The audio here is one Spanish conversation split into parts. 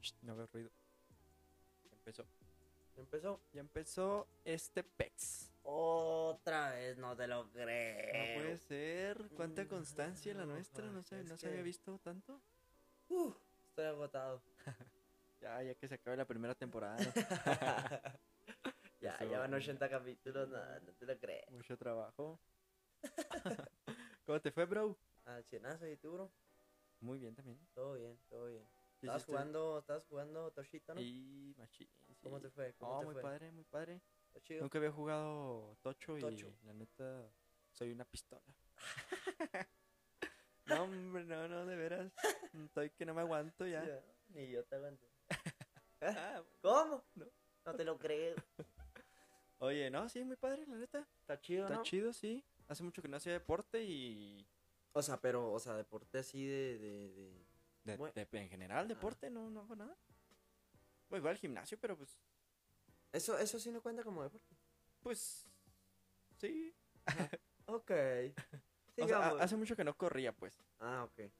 Shh, no hagas ruido. Ya empezó. Empezó. Ya empezó este pex. Otra vez, no te lo No creo. puede ser. ¿Cuánta Eh, Mm, constancia la nuestra? No se, es no se que- había visto tanto. Uf, estoy agotado. Ya, ya que se acaba la primera temporada. Ya, Eso- ya van 80 capítulos, nada, no te lo creo. Mucho trabajo. ¿Cómo te fue, bro? Al Ah, chienazo y tú, bro. Muy bien también. Todo bien, todo bien. ¿Qué Estabas hiciste? jugando, estabas jugando Toshito, ¿no? Y machín, sí. ¿Cómo te fue? ¿Cómo No, te muy fue? padre, muy padre. ¿Está chido? Nunca había jugado Tocho, Tocho. y la neta soy una pistola. no, hombre, no, no, de veras. Estoy que no me aguanto Sí, ya. ¿verdad? Ni yo te aguanto. Ah, ¿Cómo? No. No te lo creo. Oye, no, sí, muy padre, la neta. Está chido, Está ¿no? chido, sí. Hace mucho que no hacía deporte y... O sea, pero, o sea, deporte así de. de, de... de- Bueno. de- en general, deporte, no, no hago nada. Bueno, igual al gimnasio, pero pues... Eso, eso sí no cuenta como deporte. Pues... Sí. Ok. O sea, Sigamos. ha- hace mucho que no corría, pues. Ah, ok. En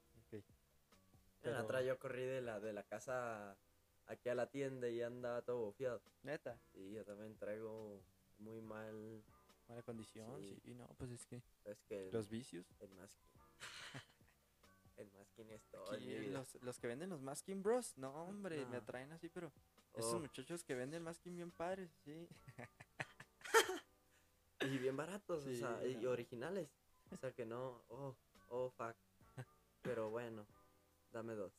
Pero- la otra yo corrí de la, de la casa aquí a la tienda y andaba todo bofiado. Neta. Y yo también traigo muy mal, Mala condición, Sí. sí. Y no, pues es que... es que el, Los vicios. el masking. el masking es todo. en mi Aquí vida. los, los que venden los Masking Bros. No, hombre, me No. atraen así, pero Oh, esos muchachos que venden Masking bien padres, sí. Y bien baratos, Sí, o sea, y no. originales. O sea que no, oh, oh, fuck. Pero bueno, dame dos.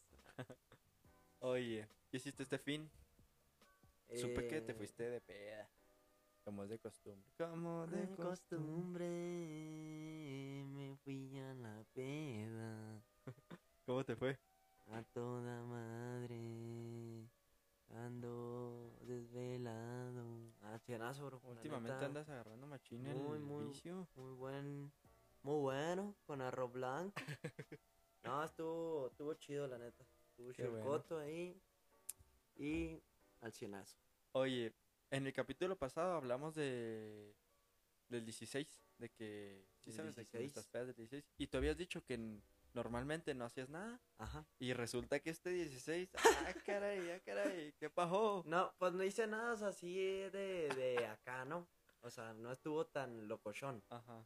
Oye, ¿qué hiciste este fin? Supe que te Eh, fuiste de peda. Como es de costumbre. Como de, De costumbre. costumbre me fui a la peda. ¿Cómo te fue? A toda madre. Ando desvelado. Ah, chienazo, bro. la Últimamente neta, andas agarrando machín el muy, muy- vicio. Muy buen. Muy bueno, con arroz blanco. no, estuvo, estuvo chido, la neta. Estuvo Qué chido el bueno. coto ahí. Y al chienazo. Oye, en el capítulo pasado hablamos de del 16, de que sí Del sabes de que 16. estás pedas del 16 y tú habías dicho que n- normalmente no hacías nada. Ajá. Y resulta que este 16, ah, caray, ah, caray, ¿qué pasó? No, pues no hice nada o sea, así de, de acá, ¿no? O sea, no estuvo tan locochón. Ajá.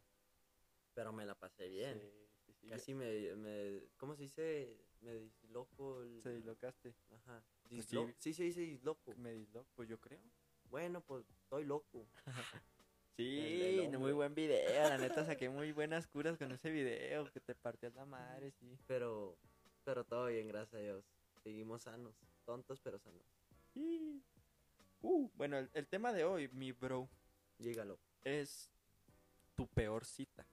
Pero me la pasé bien. Sí, sí, sí, Casi me, me. ¿Cómo se dice? Me disloco el. yo- Se dislocaste. Ajá. Pues Dislo- sí. sí. se dice disloco. Me disloco, pues yo creo. Bueno, pues estoy loco. Sí, El del no, hombre. muy buen video. Ah, La neta saqué muy buenas curas con ese video que te partió la madre, sí. Pero, pero todo bien, gracias a Dios. Seguimos sanos. Tontos, pero sanos. Sí. Uh, bueno, el, el tema de hoy, mi bro, Llegalo. es tu peor cita.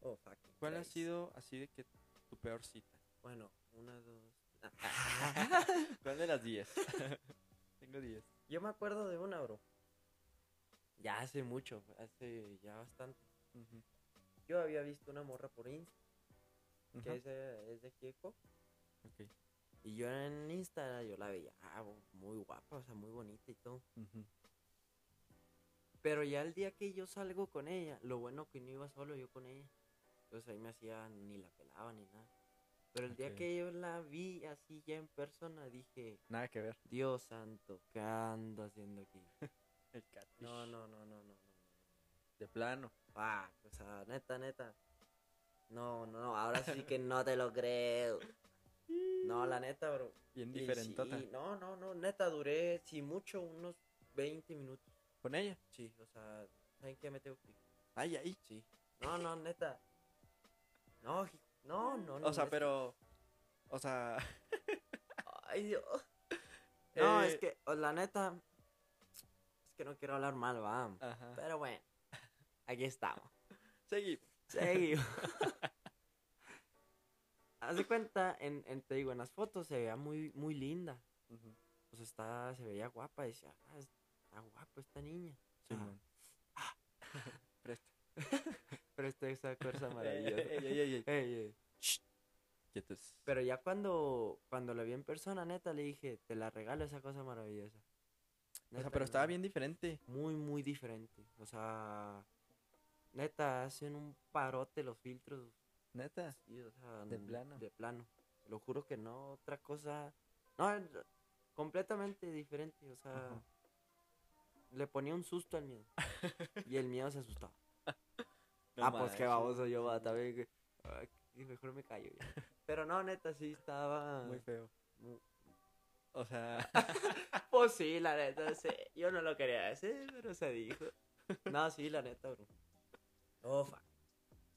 Oh, fucking. ¿Cuál ha Christ. sido así de que tu peor cita? Bueno, una, dos. ah. ¿Cuál de las 10? Tengo 10. Yo me acuerdo de una, bro. Ya hace mucho, hace ya bastante. Ujú. Yo había visto una morra por Insta, que Ajá. es, de- es de Kieco. Ok. Y yo en Insta, yo la veía ah, bo- muy guapa, o sea, muy bonita y todo. Ujú. Pero ya el día que yo salgo con ella, lo bueno que no iba solo yo con ella. Entonces ahí me hacía ni la pelaba ni nada. Pero el Ok. día que yo la vi así ya en persona, dije, Nada que ver. Dios santo, ¿qué ando haciendo aquí? El catfish. No, no, no, no, no, no. no. De plano. Ah, o sea, neta, neta. No, no, no, ahora sí que no te lo creo. No, la neta, bro. Bien Y diferentota. sí, no, no, no, neta, duré, si mucho, unos 20 minutos. Con ella. Sí, o sea, ¿saben qué me tengo que ir? Ay, ay. Sí. No, no, neta. No, ji- no, no, no. O sea, es- pero. O sea. Ay, Dios. No, eh, es que, o la neta, es que no quiero hablar mal, va. Ajá. Pero bueno, aquí estamos. Seguí. Seguimos. Haz de cuenta, en, en- te digo, en las fotos se veía muy, muy linda. O sea, está, se veía guapa. Decía, ah, está guapa esta niña. Simón. Presta. Pero esta es cosa Ey, maravillosa. ey, ey, ey, ey. Ey, ey. Quietos. Pero ya cuando, cuando la vi en persona, neta, le dije, te la regalo esa cosa maravillosa. o sea, Neta, pero estaba no, bien diferente. Muy, muy diferente. O sea, neta, hacen un parote los filtros. Neta. sí, o sea, De n- plano. De plano. Te Lo juro que no, otra cosa. No, en- completamente diferente, o sea, Ajá. le ponía un susto al miedo. y el miedo se asustaba. No ah, pues manches. qué baboso yo, va, también. güey. Ay, y mejor me callo ya. Pero no, neta, sí estaba. Muy feo. O sea, Pues sí, la neta, sí. Yo no lo quería decir, pero se dijo. No, sí, la neta, bro. Oh, fuck.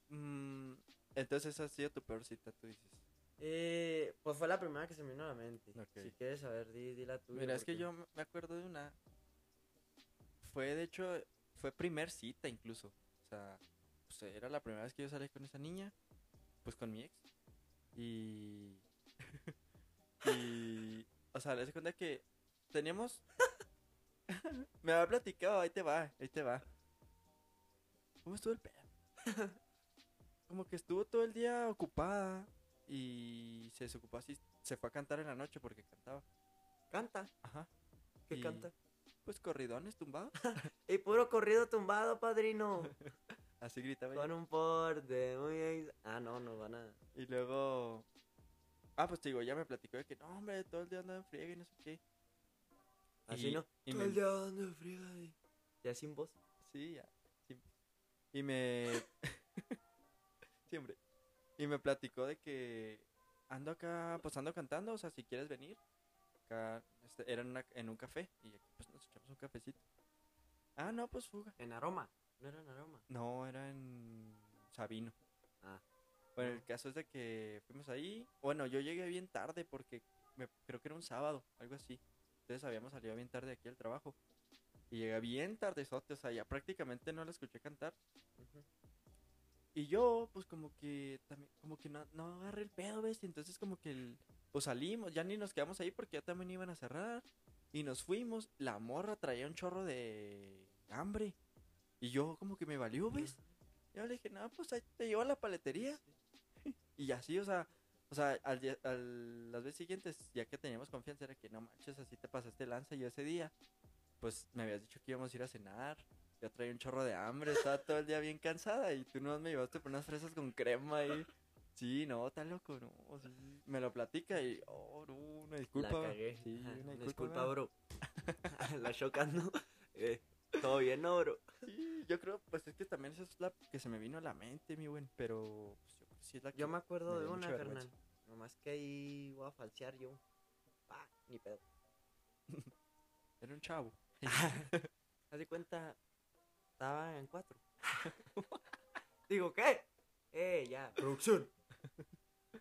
mm, entonces esa ha sido tu peor cita, tú dices. Eh, pues fue la primera que se me vino a la mente. Ok. Si quieres saber, di, di la tuya. Mira, es que porque- yo me acuerdo de una. Fue de hecho, fue primer cita incluso. O sea, pues, era la primera vez que yo salí con esa niña, pues con mi ex. Y. y. O sea, le das cuenta que teníamos. me había platicado, ahí te va, ahí te va. ¿Cómo estuvo el pedo? Como que estuvo todo el día ocupada y se desocupó así. Se fue a cantar en la noche porque cantaba. Canta, Ajá. que Y- canta. Pues corridones tumbados. Y puro corrido tumbado, padrino. Así gritaba. con ella. un porte muy. ex- Ah, no, no van a. Y luego. Ah, pues te digo, ya me platicó de que no, hombre, todo el día andaba en friega y no sé qué. Así Y- no. y Todo me- el día ando friega, eh. Ya sin voz. Sí, ya. sí. Y me. Siempre. Y me platicó de que ando acá, pues ando cantando, o sea, si quieres venir. Acá este, era en, una- en un café y aquí pues nos echamos un cafecito. Ah, no, pues fuga. En aroma. No era en aroma. No, era en Sabino. Ah. Bueno, Ah. el caso es de que fuimos ahí. Bueno, yo llegué bien tarde porque me, creo que era un sábado, algo así. Entonces habíamos salido bien tarde aquí al trabajo. Y llegué bien tardezote, o sea, ya prácticamente no la escuché cantar. Ujú. Y yo, pues como que también, como que no, no agarré el pedo, ¿ves? Y entonces como que el- pues salimos, ya ni nos quedamos ahí porque ya también iban a cerrar. Y nos fuimos, la morra traía un chorro de hambre. Y yo como que me valió, ¿ves? Yo le dije, no, pues ahí te llevo a la paletería. y así, o sea, o sea, al, día- al- las veces siguientes, ya que teníamos confianza, era que no manches, así te pasaste lanza. Y yo ese día, pues me habías dicho que íbamos a ir a cenar. Yo traía un chorro de hambre, estaba todo el día bien cansada. Y tú nomás me llevaste por unas fresas con crema y. Sí, no, tan loco, no. sí. Me lo platica y, oh, no, una La disculpa. cagué. Sí, Ajá, una disculpa. Disculpa, bro. La chocando. Eh, Todo bien, no, bro. Sí, yo creo, pues es que también esa es la que se me vino a la mente, mi buen. Pero, pues, yo creo que sí es la que. Yo me acuerdo me de dio mucha una, vergüenza. carnal. Nomás que ahí voy a falsear yo. Pa, ni pedo. Era un chavo. Haz de cuenta, estaba en cuatro. Digo, ¿qué? Eh, ya. Producción.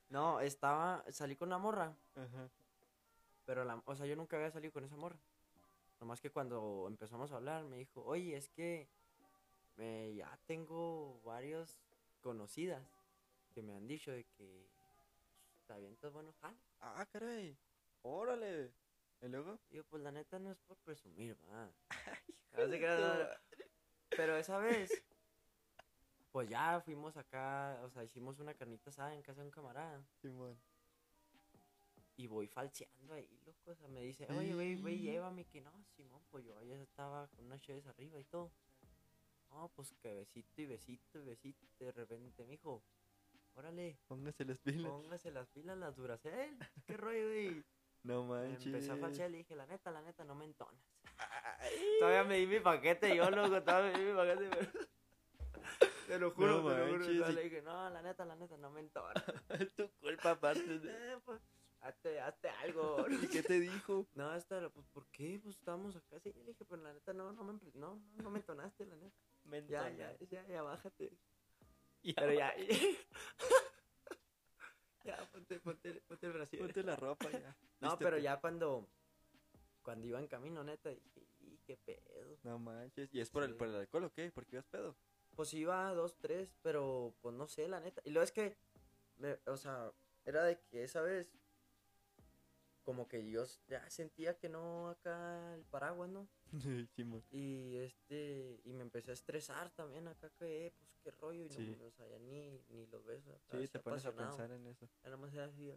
No, estaba, salí con una morra, Ajá. pero la, o sea, yo nunca había salido con esa morra. Nomás que cuando empezamos a hablar me dijo, oye, es que eh, ya tengo varios conocidas que me han dicho de que pues, te avientas buenos jales. Ah, caray. Órale. ¿Y luego? Yo, pues la neta no es por presumir, va. No se crean, no, no. Pero esa vez, pues ya fuimos acá, o sea, hicimos una carnita asada en casa de un camarada. Simón. Y voy falseando ahí, loco. O sea, me dice, oye, güey, güey, Sí. llévame. Que no, Simón, pues yo ya estaba con unas chaves arriba y todo. No, pues que besito y besito y besito. De repente me dijo, órale, Póngase las pilas. póngase las pilas, las duracel. ¿Qué rollo, güey? No Me manches. Empecé a falsear y le dije, la neta, la neta, no me entonas. Todavía me di mi paquete, yo loco, todavía me di mi paquete. pero- Te lo juro, No te lo juro. manches, todavía y- Le dije, no, la neta, la neta, no me entonas. Es tu culpa, aparte. de- Eh, pues, hazte, hazte algo. ¿Y qué te dijo? No, esta era, pues, ¿por qué? Pues estábamos acá, sí. Le dije, pero la neta, no, no me, empre- no, no, no me entonaste, la neta. Ya, ya, ya, ya, bájate. Pero ya. ya, ponte, ponte, ponte el brasier. Ponte la ropa ya. pues. No, Vístete. pero ya cuando, cuando iba en camino, neta, dije, "Y, qué pedo. No manches. ¿Y es por el, Sí. por el alcohol o qué? Porque ibas pedo. Pues iba a dos, tres, pero pues no sé, la neta. Y luego es que, me- o sea, era de que esa vez, como que yo s- ya sentía que no acá el paraguas, ¿no? Simón. Y este, y me empecé a estresar también acá, que, eh, pues qué rollo, y no, Sí. o sea, ya ni, ni los ves. acá, Sí, así te pones a apasionado. pensar en eso. Ya nada más era así,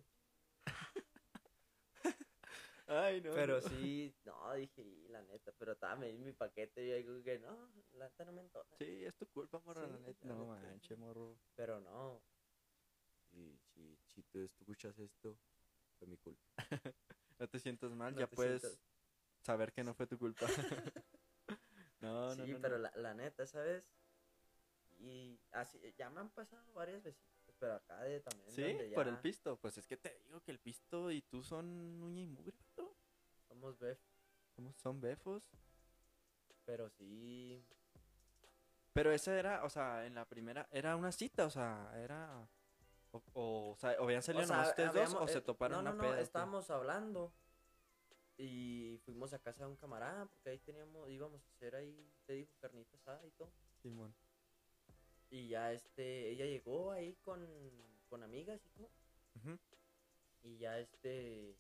Ay, no. Pero sí, no, dije, "Y, la neta, pero estaba, me di mi paquete y yo digo que no, la neta no me entona. Sí, es tu culpa, morro, la Sí, neta. la No neta. manches, morro. Pero no. Si, si, si tú escuchas esto, fue mi culpa. No te sientas mal, No ya te puedes sientas- saber que no fue tu culpa. no, no, sí, no, no. pero La, la neta, ¿sabes? Y así, eh, ya me han pasado varias veces, pero acá de también. Sí, donde por el ya pisto. Pues es que te digo que el pisto y tú son uña y mugre, vato. Somos bef, Somos- Son befos. pero sí. Pero esa era, o sea, en la primera, era una cita, o sea, era. O, o, o sea, o habían salido nomás ustedes dos habíamos- o se eh, toparon no, una no, no, peda. o qué? estábamos hablando y fuimos a casa de un camarada porque ahí teníamos, íbamos a hacer ahí, te dijo carnita asada y todo. Simón. Y ya este, ella llegó ahí con, con amigas y todo. Ujú. Y ya este,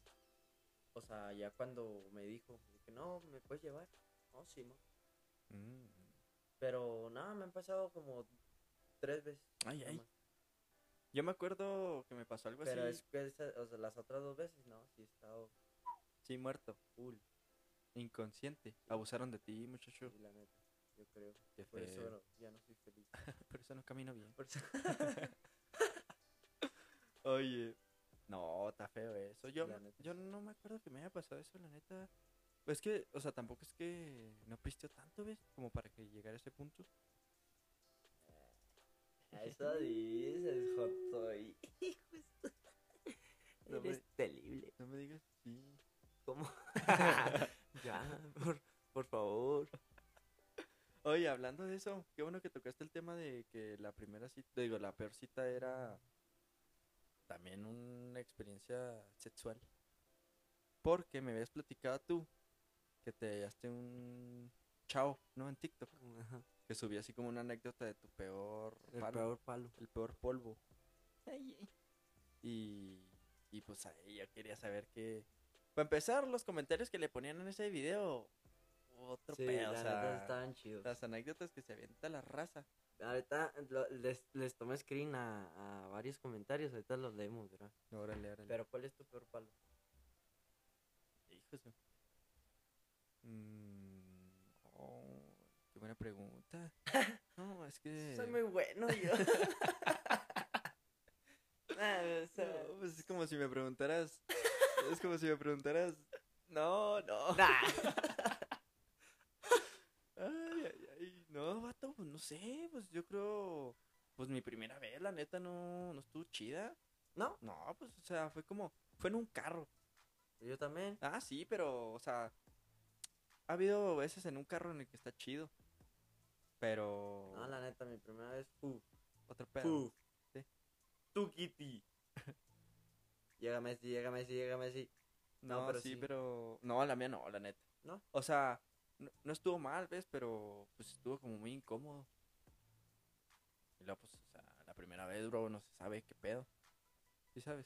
o sea, ya cuando me dijo, me dije, no, ¿me puedes llevar? No, sí, no. Mm. Pero nada, me han pasado como tres veces. Ay, ay. nomás. Yo me acuerdo que me pasó algo Pero así. es que esa- o sea, las otras dos veces, no, sí he estado Sí, muerto. full, Inconsciente. Abusaron de ti, muchacho. sí, la neta, yo creo. Qué Por eso feo. no, ya no soy feliz. Por eso no camino bien. Por eso- Oye. No, está feo eso. Yo, La me- neta, yo sí. no me acuerdo que me haya pasado eso, la neta. Pues que, o sea, tampoco es que no pisteo tanto, ¿ves? Como para que llegara a ese punto. Eso dices, Joto. y- hijo de su- No me- Eres terrible. No me digas sí. ¿Cómo? ya, por, por favor. Oye, hablando de eso, qué bueno que tocaste el tema de que la primera cita, digo, la peor cita era también una experiencia sexual. Porque me habías platicado tú que te hallaste un chao, ¿no? En TikTok, que subí así como una anécdota de tu peor El palo, peor palo. el peor polvo. Y, y pues ahí yo quería saber que... Para empezar, los comentarios que le ponían en ese video, otro Sí, pedo, o la sea, neta estaban chidos. las anécdotas que se avienta la raza. Ahorita lo- les, les tomé screen a, a varios comentarios, ahorita los leemos, ¿verdad? Órale, órale. Pero ¿cuál es tu peor palo? Hijos de- Mm, oh, qué buena pregunta. No, es que. bueno yo. Nah, o sea, No, pues es como si me preguntaras. es como si me preguntaras. No, no. nah. Ay, ay, ay. No, vato, pues no sé. Pues yo creo. Pues mi primera vez, la neta, no, no estuvo chida. ¿No? No, pues, o sea, fue como. Fue en un carro. Yo también. Ah, sí, pero, o sea, ha habido veces en un carro en el que está chido. Pero. No, Ah, la neta, mi primera vez. Fu, Otro pedo. fu. Sí. Tu Kitty. Llega Messi, llega Messi, llega Messi. No, No, pero sí, sí. pero. No, la mía no, la neta. ¿No? O sea, no, no estuvo mal, ¿ves? Pero pues estuvo como muy incómodo. Y luego, pues, o sea, la primera vez, bro, no se sabe qué pedo. ¿Sí sabes?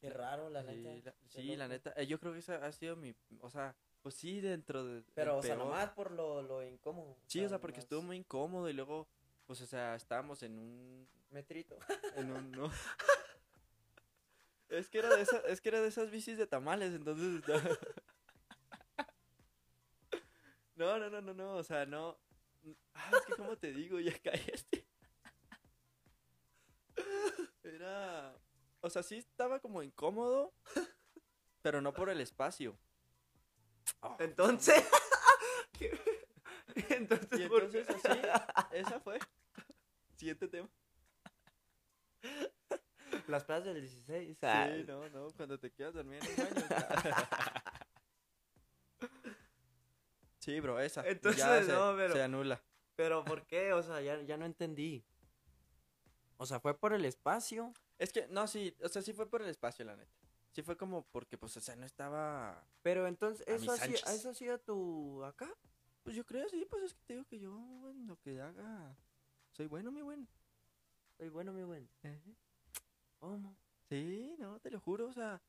Qué raro, la sí, neta. la, qué sí, la loco. neta. eh, yo creo que esa ha sido mi. O sea, pues sí, dentro de. Pero, el o sea, peor. nomás por lo, lo incómodo. Sí, o sea, porque nomás estuvo muy incómodo y luego, pues, o sea, estábamos en un. Metrito. En un- no. Es que, era de esa- es que era de esas bicis de tamales, entonces. estaba- No, no, no, no, no, o sea, no. Ah, es que, ¿cómo te digo? Ya caíste. Era. O sea, sí estaba como incómodo, pero no por el espacio. Ah, Entonces. ¿qué? entonces, Y ¿por entonces qué? así, esa fue. Siguiente tema. Las plazas del 16. ah, Sí, no, no, cuando te quedas dormido en el baño. está. sí, bro, esa. Entonces, ya se, no, pero- se anula. Pero, ¿por qué? O sea, ya, ya no entendí. O sea, fue por el espacio. Es que, no, sí, o sea, sí fue por el espacio, la neta. Sí fue como porque, pues, o sea, no estaba... Pero entonces, A ¿eso mis ha, sido, anchas. ¿eso ha sido tu acá? Pues yo creo, sí, pues es que te digo que yo en lo que haga soy bueno, mi buen. eh, Soy bueno, mi buen. ¿Cómo? Sí, no, te lo juro, o sea,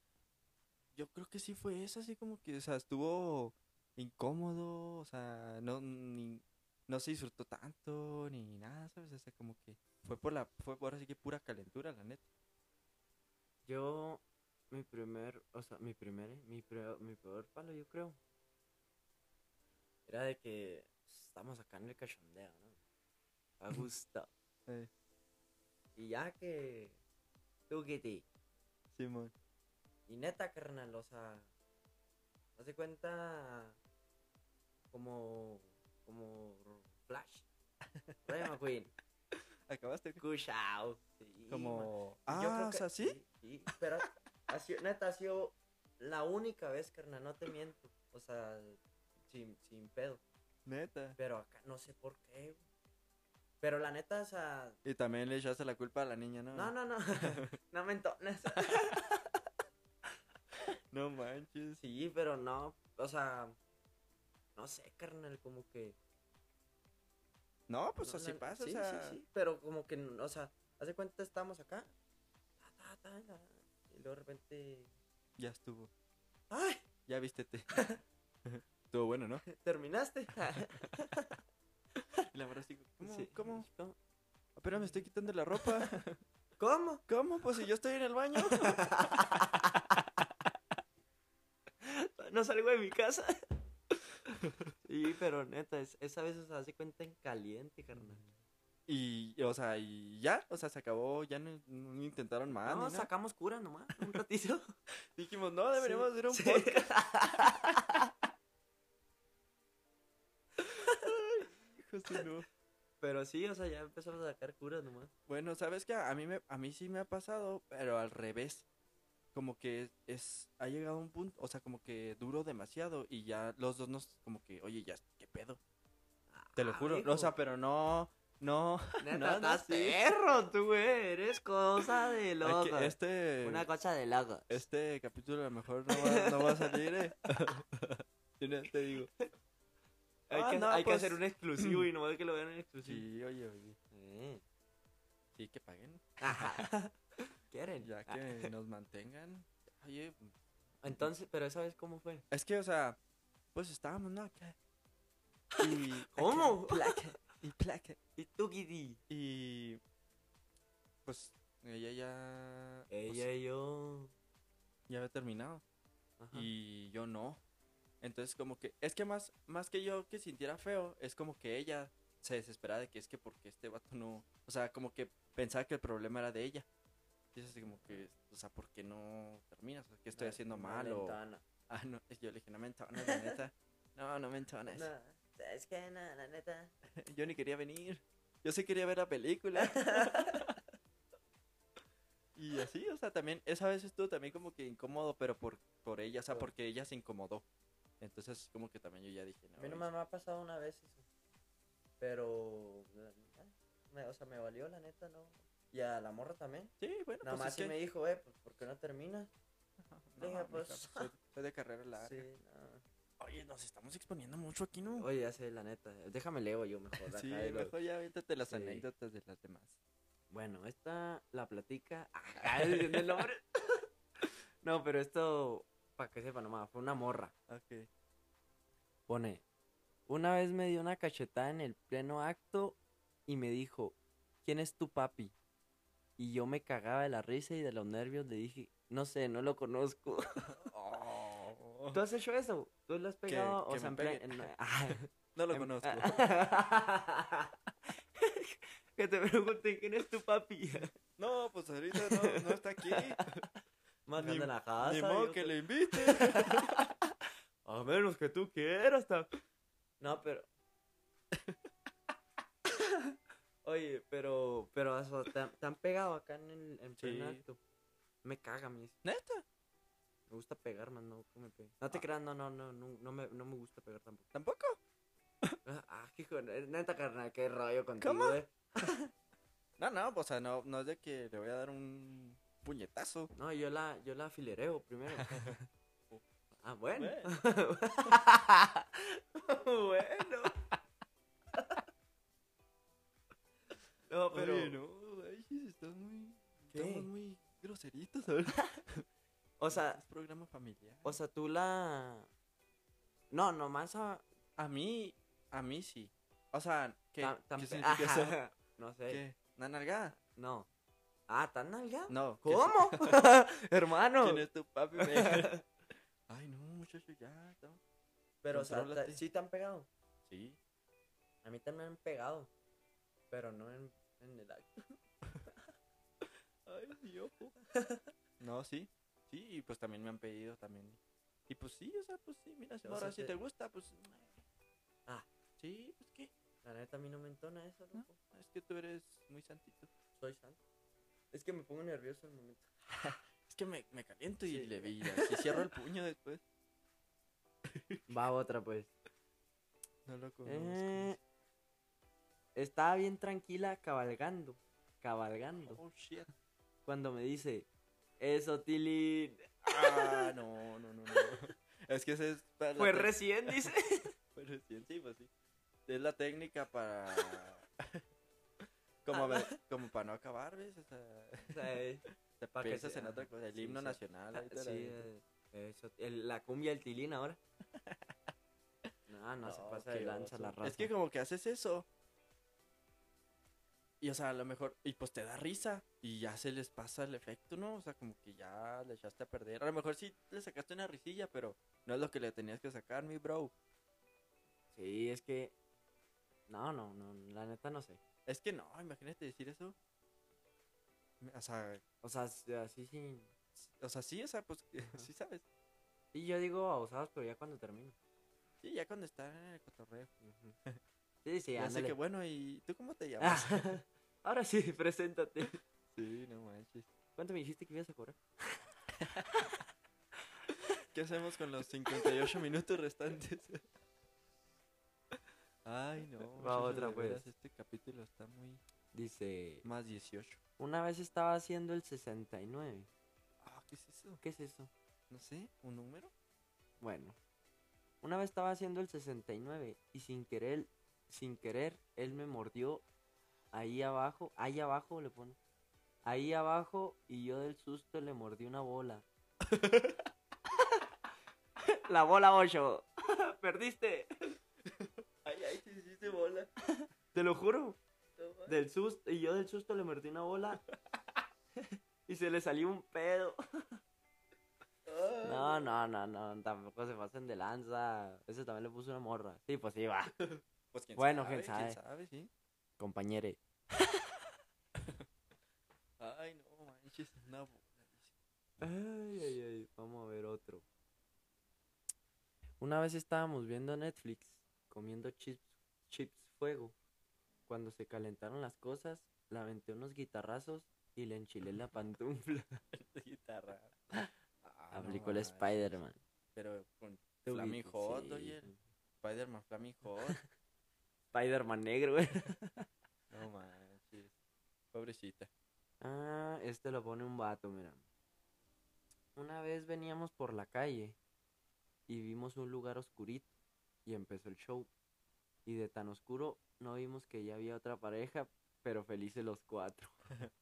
yo creo que sí fue eso, así como que, o sea, estuvo incómodo, o sea, no, ni, no se disfrutó tanto, ni nada, ¿sabes? O sea, como que fue por la, fue por así que pura calentura, la neta. Yo, mi primer, o sea, mi primer, eh, mi, pre- mi peor palo, yo creo. Era de que pues, estamos acá en el cachondeo, ¿no? A gusto. Eh, y ya que... Tú, Kitty. Simón. Y neta, carnal, o sea, haz de cuenta como, como Flash. Rayo McQueen. Acabaste Cushao. Sí, man. como. Yo Ah, creo o que- sea, ¿sí? Sí, pero ha sido- neta, ha sido la única vez, carnal, no te miento. O sea, sin, sin pedo. Neta. Pero acá no sé por qué. güey. Pero la neta, o sea, Y también le echaste la culpa a la niña, ¿no? no, no, no. no me entones. No manches. Sí, pero no, o sea, no sé, carnal, como que. No, pues no, así la- pasa, sí, o sea. sí, sí, pero como que, o sea, hace cuenta estábamos acá. ta, ta, ta, ta, y luego de repente. Ya estuvo. ¡Ay! Ya vístete. Estuvo bueno, ¿no? ¿Terminaste? Y la verdad, sí, ¿cómo? Sí. ¿Cómo? Apenas me estoy quitando la ropa. ¿Cómo? ¿Cómo? Pues si yo estoy en el baño. No salgo de mi casa. Sí, pero neta, es- esa vez o sea, hace cuenta en caliente, carnal. Y, o sea, y ya, o sea, se acabó, ya no, no intentaron más. no, ni nada. sacamos cura nomás, un ratito. Dijimos, Ah, no, deberíamos hacer un Sí. podcast. Hijos de no. Pero sí, o sea, ya empezamos a sacar cura nomás. Bueno, sabes que a mí me, a mí sí me ha pasado, pero al revés. Como que es, es- ha llegado un punto, o sea, como que duró demasiado y ya los dos nos como que, oye, ya qué pedo. Te lo Ah, juro, hijo. o sea, pero no no Neta, No, no, estás sí. perro, tú, güey. Eres cosa de hay loco. que- este Una cosa de loco. este capítulo a lo mejor no va, no va a salir, eh. Sí, no, te digo. Hay, Ah, que, no, hay que pues, hacer un exclusivo y nomás que lo vean en exclusivo. Sí, oye, oye. Eh, Sí, que paguen. ajá. ¿Quieren? Ya Ah, que nos mantengan. Oye, Entonces, pero esa vez, ¿cómo fue? es que, o sea, pues estábamos, ¿no? Acá. Y, ¿Cómo? Placa. Y placa. ¿Y tú, Gidi? Y. Pues ella ya. pues, Ella y yo. ya había terminado. Ajá. Y yo no. Entonces, como que. Es que más, más que yo que sintiera feo, es como que ella se desesperaba de que es que porque este vato no. O sea, como que pensaba que el problema era de ella. Y es así como que. O sea, ¿por qué no terminas? ¿Qué estoy Una- haciendo una mal? O... ventana. Ah, no. Yo le dije, no me entones, la neta. No, no me entones. No, es que no, la neta. Yo ni quería venir. Yo sí quería ver la película. y así, o sea, también, esa vez estuvo también como que incómodo, pero por, por ella, o sea, Por- porque ella se incomodó. Entonces, como que también yo ya dije, no. A mí güey, nomás me ha pasado una vez eso. Pero, la neta, me- o sea, me valió, la neta, ¿no? Y a la morra también. Sí, bueno, Nada pues más es sí que... me dijo, eh, pues, ¿por qué no terminas? No, Dije, mija, pues. soy, soy de carrera larga. Sí, no. Oye, nos estamos exponiendo mucho aquí, ¿no? Oye, ya sé, la neta. Déjame leo yo mejor. acá sí, y lo- mejor ya aviéntate las Sí. anécdotas de las demás. Bueno, esta la platica. Ajá, el el nombre. no, pero esto, para que sepa nomás, fue una morra. Ok. Pone, una vez me dio una cachetada en el pleno acto y me dijo, ¿quién es tu papi? Y yo me cagaba de la risa y de los nervios le dije, no sé, no lo conozco. ¿Tú has hecho eso? ¿Tú lo has pegado? que o sea, me en plan- peguen. en- ah, No lo en- conozco. que te pregunten, ¿quién es tu papi? no, pues ahorita no, no está aquí. Más Ni- grande la casa. Ni Ah, yo modo que qué- le invite. A menos que tú quieras, ta- No, pero. Oye, pero. Pero, o sea, te, han- te han pegado acá en el en pleno Sí. acto. Me caga, mis. ¿Neta? Me gusta pegar, man. No, que me pegue. No te Ah. creas, no, no, no, no, no me, no me gusta pegar tampoco. ¿Tampoco? Ah, hijo, de- neta, carnal, qué rollo contigo, ¿Cómo? eh. No, no, pues, o sea, no, no es de que le voy a dar un puñetazo. No, yo la, yo la filereo primero. ah, bueno. bueno. no, pero. Oye, no, ay, estás muy. ¿Qué? Estamos muy groseritos, ¿sabes? O sea, Es programa familiar. O sea, tú la. No, nomás a. a mí, a mí sí. O sea, ¿qué, tam- tam- ¿qué significa eso? Ajá, No sé. ¿Qué? ¿Una nalgada? No. Ah, ¿tan nalga? No. ¿qué ¿Cómo? es- Hermano. ¿Quién es tu papi? Me- Ay, no, muchacho, ya. estamos- Pero, o sea, Contrólate. ta- sí te han pegado. Sí. A mí también me han pegado. Pero no en, en el acto. Ay, Dios. No, sí. Sí, y pues también me han pedido también. Y pues sí, o sea, pues sí, mira, sea, ahora si te- te gusta, pues. Ah. Sí, pues qué. La neta a mí no me entona eso, No. loco. Es que tú eres muy santito. Soy santo. Es que me pongo nervioso al momento. Es que me, me caliento y Sí. le vi, así cierro el puño después. Va otra pues. No lo conozco. Eh, estaba bien tranquila cabalgando. Cabalgando. Oh, shit. Cuando me dice, eso Tilín. Ah, no, no, no, no. Es que ese es para la Pues tec- recién dice. fue recién, sí, pues sí. Es la técnica para. como, ver- como para Ah, no acabar, ¿ves? O sea, O sea, eh, pa' que piensas sea- en otra cosa. El sí, himno sí. nacional. ahí te la Sí, avientas. eh, eso, el- la cumbia del Tilín ahora. No, no, se No, pasa de qué lanza oso. la raza. Es que como que haces eso. Y o sea, a lo mejor, y pues te da risa. Y ya se les pasa el efecto, ¿no? O sea, como que ya le echaste a perder. A lo mejor sí le sacaste una risilla, pero no es lo que le tenías que sacar, mi bro. Sí, es que. No, no, no, la neta no sé. Es que no, imagínate decir eso. O sea, O sea, s- así sin. o sea sí, o sea, pues sí sabes. Sí, yo digo abusados, pero ya cuando termino. Sí, ya cuando está en el cotorreo. Sí, Así sí, ándale. que bueno, ¿y tú cómo te llamas? Ah, ahora sí, preséntate. sí, no manches. ¿Cuánto me dijiste que ibas a cobrar? ¿Qué hacemos con los 58 minutos restantes? Ay, no. Va muchachos, otra, de pues. veras, Este capítulo está muy... Dice, Más 18. una vez estaba haciendo el 69. Ah, ¿qué es eso? ¿Qué es eso? No sé, ¿un número? Bueno, una vez estaba haciendo el 69 y sin querer, sin querer, él me mordió ahí abajo, ahí abajo le pone. Ahí abajo y yo del susto le mordí una bola. La bola 8. Perdiste. Ay, ay, te hiciste bola. Te lo juro. No, ma- Del susto, y yo del susto le mordí una bola. y se le salió un pedo. Ay, No, no, no, no, tampoco se pasen de lanza. Eso también le puso una morra. Sí, pues sí, va. Pues quién Bueno, sabe, quién sabe. sí. Compañere. Ay, no manches, una bola. Ay, ay, ay, vamos a ver otro. Una vez estábamos viendo Netflix, comiendo chips, chips fuego. Cuando se calentaron las cosas, la aventé unos guitarrazos y le enchilé la pantufla. De guitarra. Ah, no Aplicó el manches. Spider-Man. Pero con Tu Flaming guita- Hot, sí. oye. el Spider-Man Flaming Hot. Spider-Man negro, güey. No manches. Pobrecita. Ah, este lo pone un vato, mira. Una vez veníamos por la calle y vimos un lugar oscurito y empezó el show. Y de tan oscuro no vimos que ya había otra pareja, pero felices los cuatro.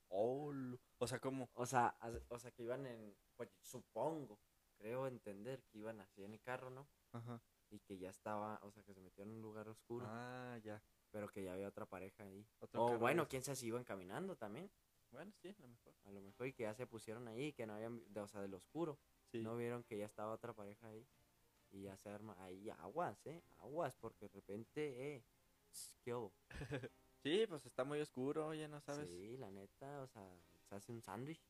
Oh, lo- o sea, como O sea, as- o sea que iban en, pues, supongo, creo entender que iban así en el carro, ¿no? Ajá. Y que ya estaba, o sea que se metieron en un lugar oscuro, Ah, ya. pero que ya había otra pareja ahí. Otro O carro Oh, bueno, más. quién sabe si iban caminando también. Bueno, sí, a lo mejor. A lo mejor y que ya se pusieron ahí, que no habían, de- o sea, del oscuro. Sí. No vieron que ya estaba otra pareja ahí. Y ya se arma ahí aguas, ¿eh? Aguas, porque de repente, ¿eh? tss, ¿Qué hubo? Sí, pues está muy oscuro, oye, no sabes. Sí, la neta, o sea, se hace un sándwich.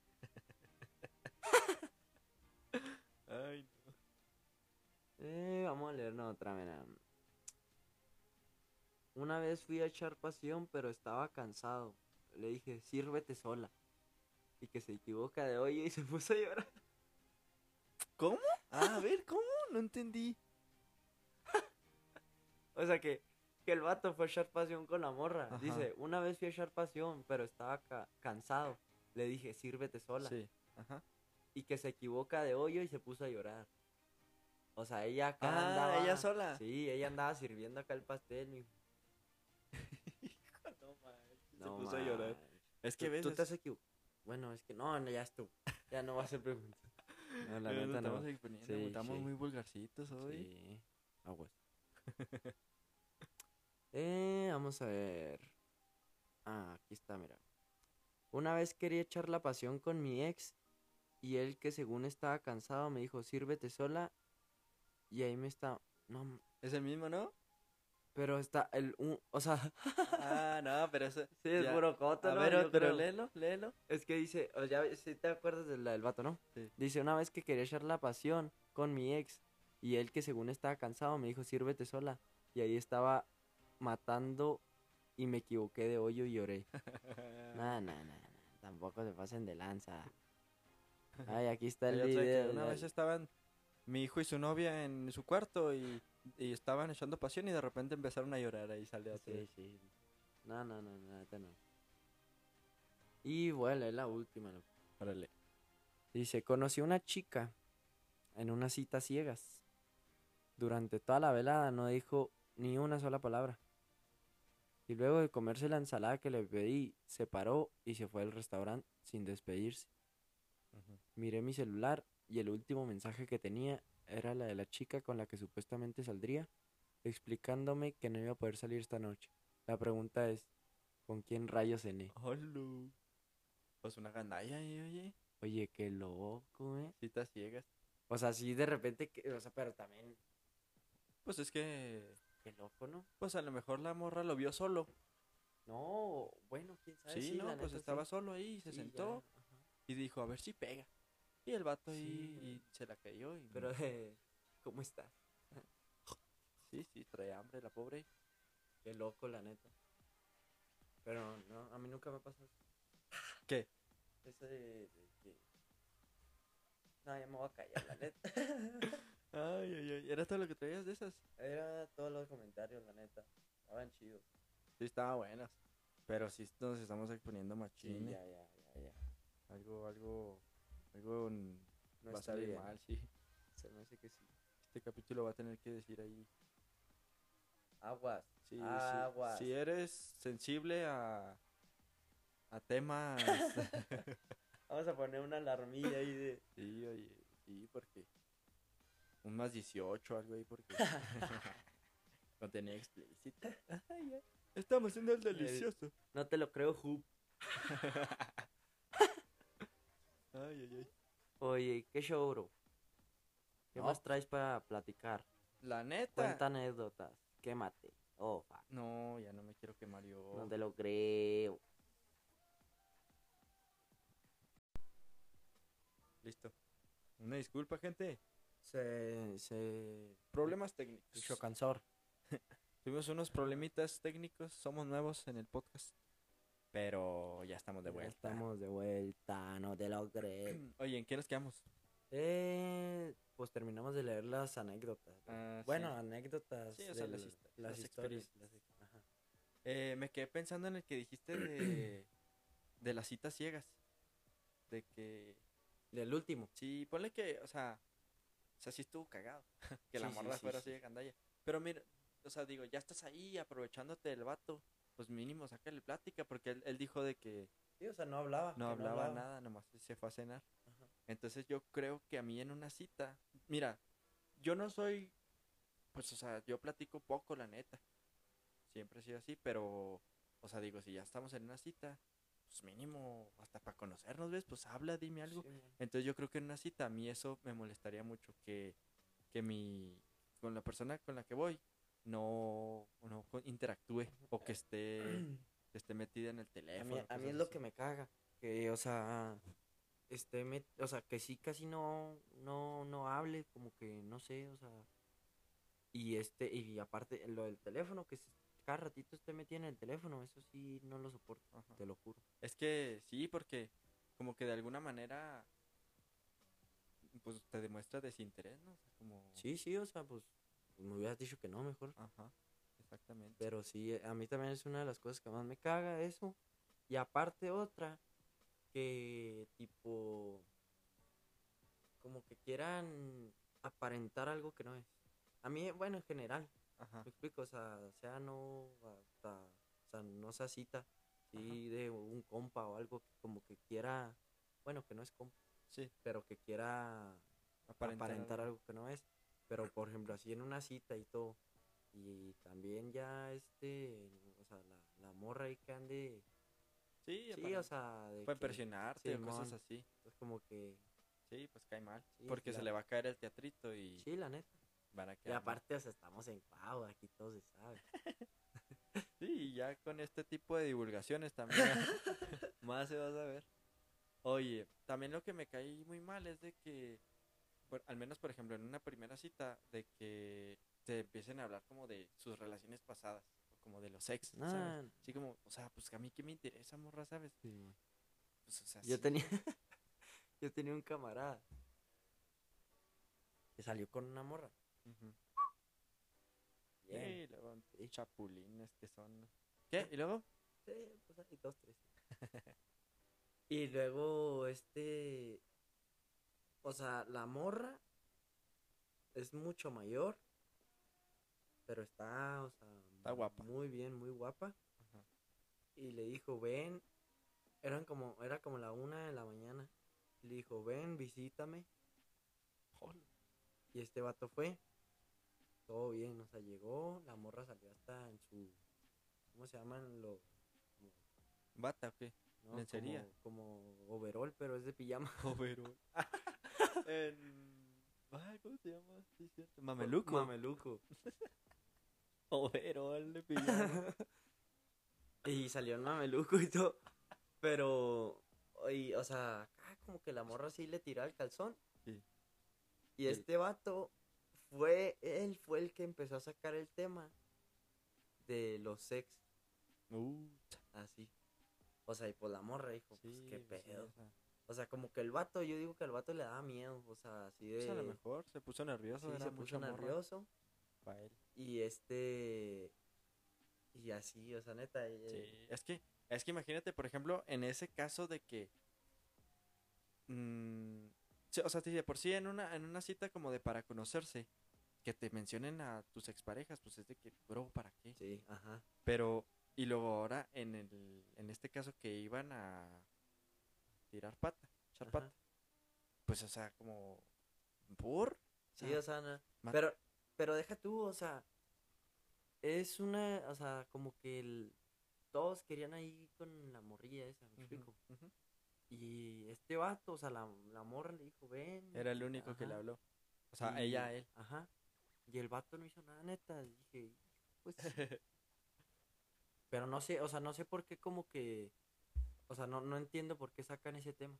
Ay, Eh, vamos a leernos otra, mira. Una vez fui a echar pasión, pero estaba cansado. Le dije, sírvete sola. Y que se equivoca de hoy y se puso a llorar. ¿Cómo? Ah, a ver, ¿cómo? No entendí. O sea que, que el vato fue a echar pasión con la morra. Ajá. Dice, una vez fui a echar pasión, pero estaba ca- cansado. Le dije, sírvete sola. Sí. Ajá. Y que se equivoca de hoyo y se puso a llorar. O sea, ella acá Ah, andaba. ella sola. Sí, ella andaba sirviendo acá el pastel, mijo. Ah, No, manches, No se puso a llorar. manches. Es ¿Tú, que ves. tú te has equivocado. Bueno, es que no, no, ya es tú. Ya no va a ser pregunta. No, la neta no. estamos exponiendo, Sí, estamos sí. muy vulgarcitos hoy. Sí. Aguas. eh, vamos a ver. Ah, aquí está, mira. Una vez quería echar la pasión con mi ex y él que según estaba cansado me dijo, sírvete sola. Y ahí me está... No, m- Es el mismo, ¿no? Pero está el un, o sea, Ah, no, pero eso. sí, es ya. puro coto, A ¿no? ver, Yo pero creo. léelo, léelo. Es que dice, o ya si te acuerdas de la del vato, ¿no? Sí. Dice, una vez que quería echar la pasión con mi ex y él que según estaba cansado me dijo, sírvete sola. Y ahí estaba matando y me equivoqué de hoyo y lloré. Ah. No, no, no, no, tampoco se pasen de lanza. Ay, aquí está Hay el otra que video. una del- vez este, estaban mi hijo y su novia en su cuarto y, y estaban echando pasión y de repente empezaron a llorar ahí salió así. Sí, sí. No, no, no, no, neta no. Y bueno, es la última, loco. Órale. Dice, conocí a una chica en una cita ciegas. Durante toda la velada no dijo ni una sola palabra. Y luego de comerse la ensalada que le pedí, se paró y se fue al restaurante sin despedirse. Ujú. Miré mi celular y el último mensaje que tenía era la de la chica con la que supuestamente saldría, explicándome que no iba a poder salir esta noche. La pregunta es, ¿con quién rayos cené? Hola. Pues una gandalla ahí, oye. Oye, qué loco, ¿eh? Citas ciegas. O sea, sí, de repente, que- o sea, pero también, Pues es que. qué loco, ¿no? Pues a lo mejor la morra lo vio solo. No, bueno, quién sabe. Sí, la no, pues neta, estaba Eh, sí. solo ahí, se Sí, sentó ya, ajá. y dijo, a ver si pega. Y el vato ahí Sí. y se la cayó y Pero, eh, ¿cómo está? sí, sí, trae hambre la pobre. Qué loco, la neta. Pero no, a mí nunca me ha pasado eso. ¿Qué? Eso de, de que- No, ya me voy a callar, la neta. Ay, ay, ay, era todo lo que traías de esas. Era todos los comentarios, la neta. Estaban chidos. Sí, estaba buenas. Pero sí nos estamos exponiendo Sí, machines. ya, ya, ya, ya. Algo, algo, algo mm, No va a está salir bien. mal, sí. Se me hace que sí. Este capítulo va a tener que decir ahí. Aguas. Sí, sí, aguas. Si eres sensible a, a temas. Vamos a poner una alarmilla ahí de. sí, oye, sí, porque. Un más 18, algo ahí, porque. Contenido explícito. Estamos haciendo Eh, el delicioso. No te lo creo, Hoop. Ay, ay, ay. Oye, qué show, bro. ¿Qué No. más traes para platicar? La neta. Cuenta anécdotas. Quémate. Oh, fuck. No, ya no me quiero quemar yo. No te lo creo. Listo. Una disculpa, gente. Se. se. Problemas técnicos. Chocansor. Tuvimos unos problemitas técnicos, somos nuevos en el podcast. Pero ya estamos de vuelta. Estamos de vuelta, no te lo creo. Oye, ¿en qué nos quedamos? Eh, pues terminamos de leer las anécdotas. Ah, bueno, sí. anécdotas. Sí, o sea, las histo- las las historias. experiencias. las ex- ajá. Eh, me quedé pensando en el que dijiste de, de las citas ciegas. De que, Del último. sí, ponle que, o sea, o sea, sí estuvo cagado. que la Sí, sí, morra sí, fuera sí. así de gandalla. Pero mira, o sea, digo, ya estás ahí aprovechándote del vato. Pues mínimo, sácale plática, porque él, él dijo de que Sí, o sea, no hablaba. no que hablaba nada, nomás se fue a cenar. Ajá. Entonces yo creo que a mí en una cita, mira, yo no soy, pues o sea, yo platico poco, la neta. Siempre he sido así, pero, o sea, digo, si ya estamos en una cita, pues mínimo, hasta para conocernos, ¿ves? Pues habla, dime algo. Sí, mon. Entonces yo creo que en una cita a mí eso me molestaría mucho, que, que mi, con la persona con la que voy, no, no co- interactúe o que esté, que esté metida en el A teléfono. mí, a mí cosas es lo así. que me caga. Que, o sea, este, me, o sea, que sí casi no, no, no hable, como que no sé, o sea. Y este, y aparte, lo del teléfono, que s- cada ratito esté metido en el teléfono, eso sí no lo soporto, Ajá. te lo juro. Es que sí, porque como que de alguna manera pues te demuestra desinterés, ¿no? O sea, como Sí, sí, o sea, pues, pues me hubieras dicho que no, mejor. ajá, exactamente. Pero sí, eh, a mí también es una de las cosas que más me caga eso. Y aparte otra, que tipo, como que quieran aparentar algo que no es. A mí, bueno, en general, Ajá. me explico, o sea, sea no, hasta, o sea, no sea cita, sí de un compa o algo que como que quiera, bueno, que no es compa, Sí, pero que quiera Ah, aparentar. aparentar algo. algo que no es. Pero por ejemplo, así en una cita y todo. Y también ya este, o sea, la, la morra ahí que ande. Sí, Sí, o aparentar. sea, Puede de que, impresionarte o cosas Simón. así. pues, como que Sí, pues cae mal, Sí, porque sí, se la- le va a caer el teatrito y sí, la neta. Van a Y quedar. aparte, o sea, estamos en Pau, aquí todo se sabe. Sí, y ya con este tipo de divulgaciones también más se va a saber. Oye, también lo que me caí muy mal es de que, por- al menos por ejemplo en una primera cita, de que se empiecen a hablar como de sus relaciones pasadas, o como de los ex, ¿sabes? Ah, Así como, o sea, pues a mí que me interesa, morra, ¿sabes? Pues, o sea, Yo sí. tenía, yo tenía un camarada que salió con una morra. Ujú. Bien. Ah. Sí, luego, chapulines que son. ¿Qué? ¿Y luego? Sí, pues ahí dos, tres. y luego, este. O sea, la morra es mucho mayor. Pero está, o sea. Está guapa. Muy bien, muy guapa. Ajá. Y le dijo, ven. Eran como, era como la una de la mañana. Le dijo, ven, visítame. Y este vato fue. Todo bien, o sea, llegó. La morra salió hasta en su. ¿Cómo se llaman los.? ¿Bata o qué? No, Lencería. Como, como overall, pero es de pijama. Overol. en... ah, ¿Cómo se llama? Sí, es cierto. Mameluco. Mameluco. Overol de pijama. Y salió el mameluco y todo. Pero, y, o sea, acá como que la morra sí le tiró el calzón. Sí. Y Sí. este vato fue, él fue el que empezó a sacar el tema de los sex, Uh, así. O sea, y pues la morra dijo, pues qué sí, pues, sí, pedo. o sea, O sea, como que el vato, yo digo que al vato le daba miedo, o sea, así de... pues a lo mejor se puso nervioso. sí, era se mucha puso morra nervioso. pa' él. Y este. Y así, o sea, neta. y- eh, Sí, es que, es que imagínate, por ejemplo, en ese caso de que. mm, sí, o sea, si de por sí en una, en una cita como de para conocerse, que te mencionen a tus exparejas, pues es de que, bro, ¿para qué? Sí, ajá. Pero, y luego ahora en, el, en este caso que iban a tirar pata, echar Ajá. pata, pues o sea, como, ¿por? Sí, o sea, no, Ah, ma- Pero, pero deja tú, o sea. Es una. O sea, como que el- todos querían ahí con la morrilla esa, me explico. Y este vato, o sea, la, la morra le dijo, ven. Era el único que le ajá, habló. O sea, y- ella a él. Ajá. Y el vato no hizo nada, neta. Dije, pues. Pero no sé, o sea, no sé por qué como que, o sea, no, no entiendo por qué sacan ese tema.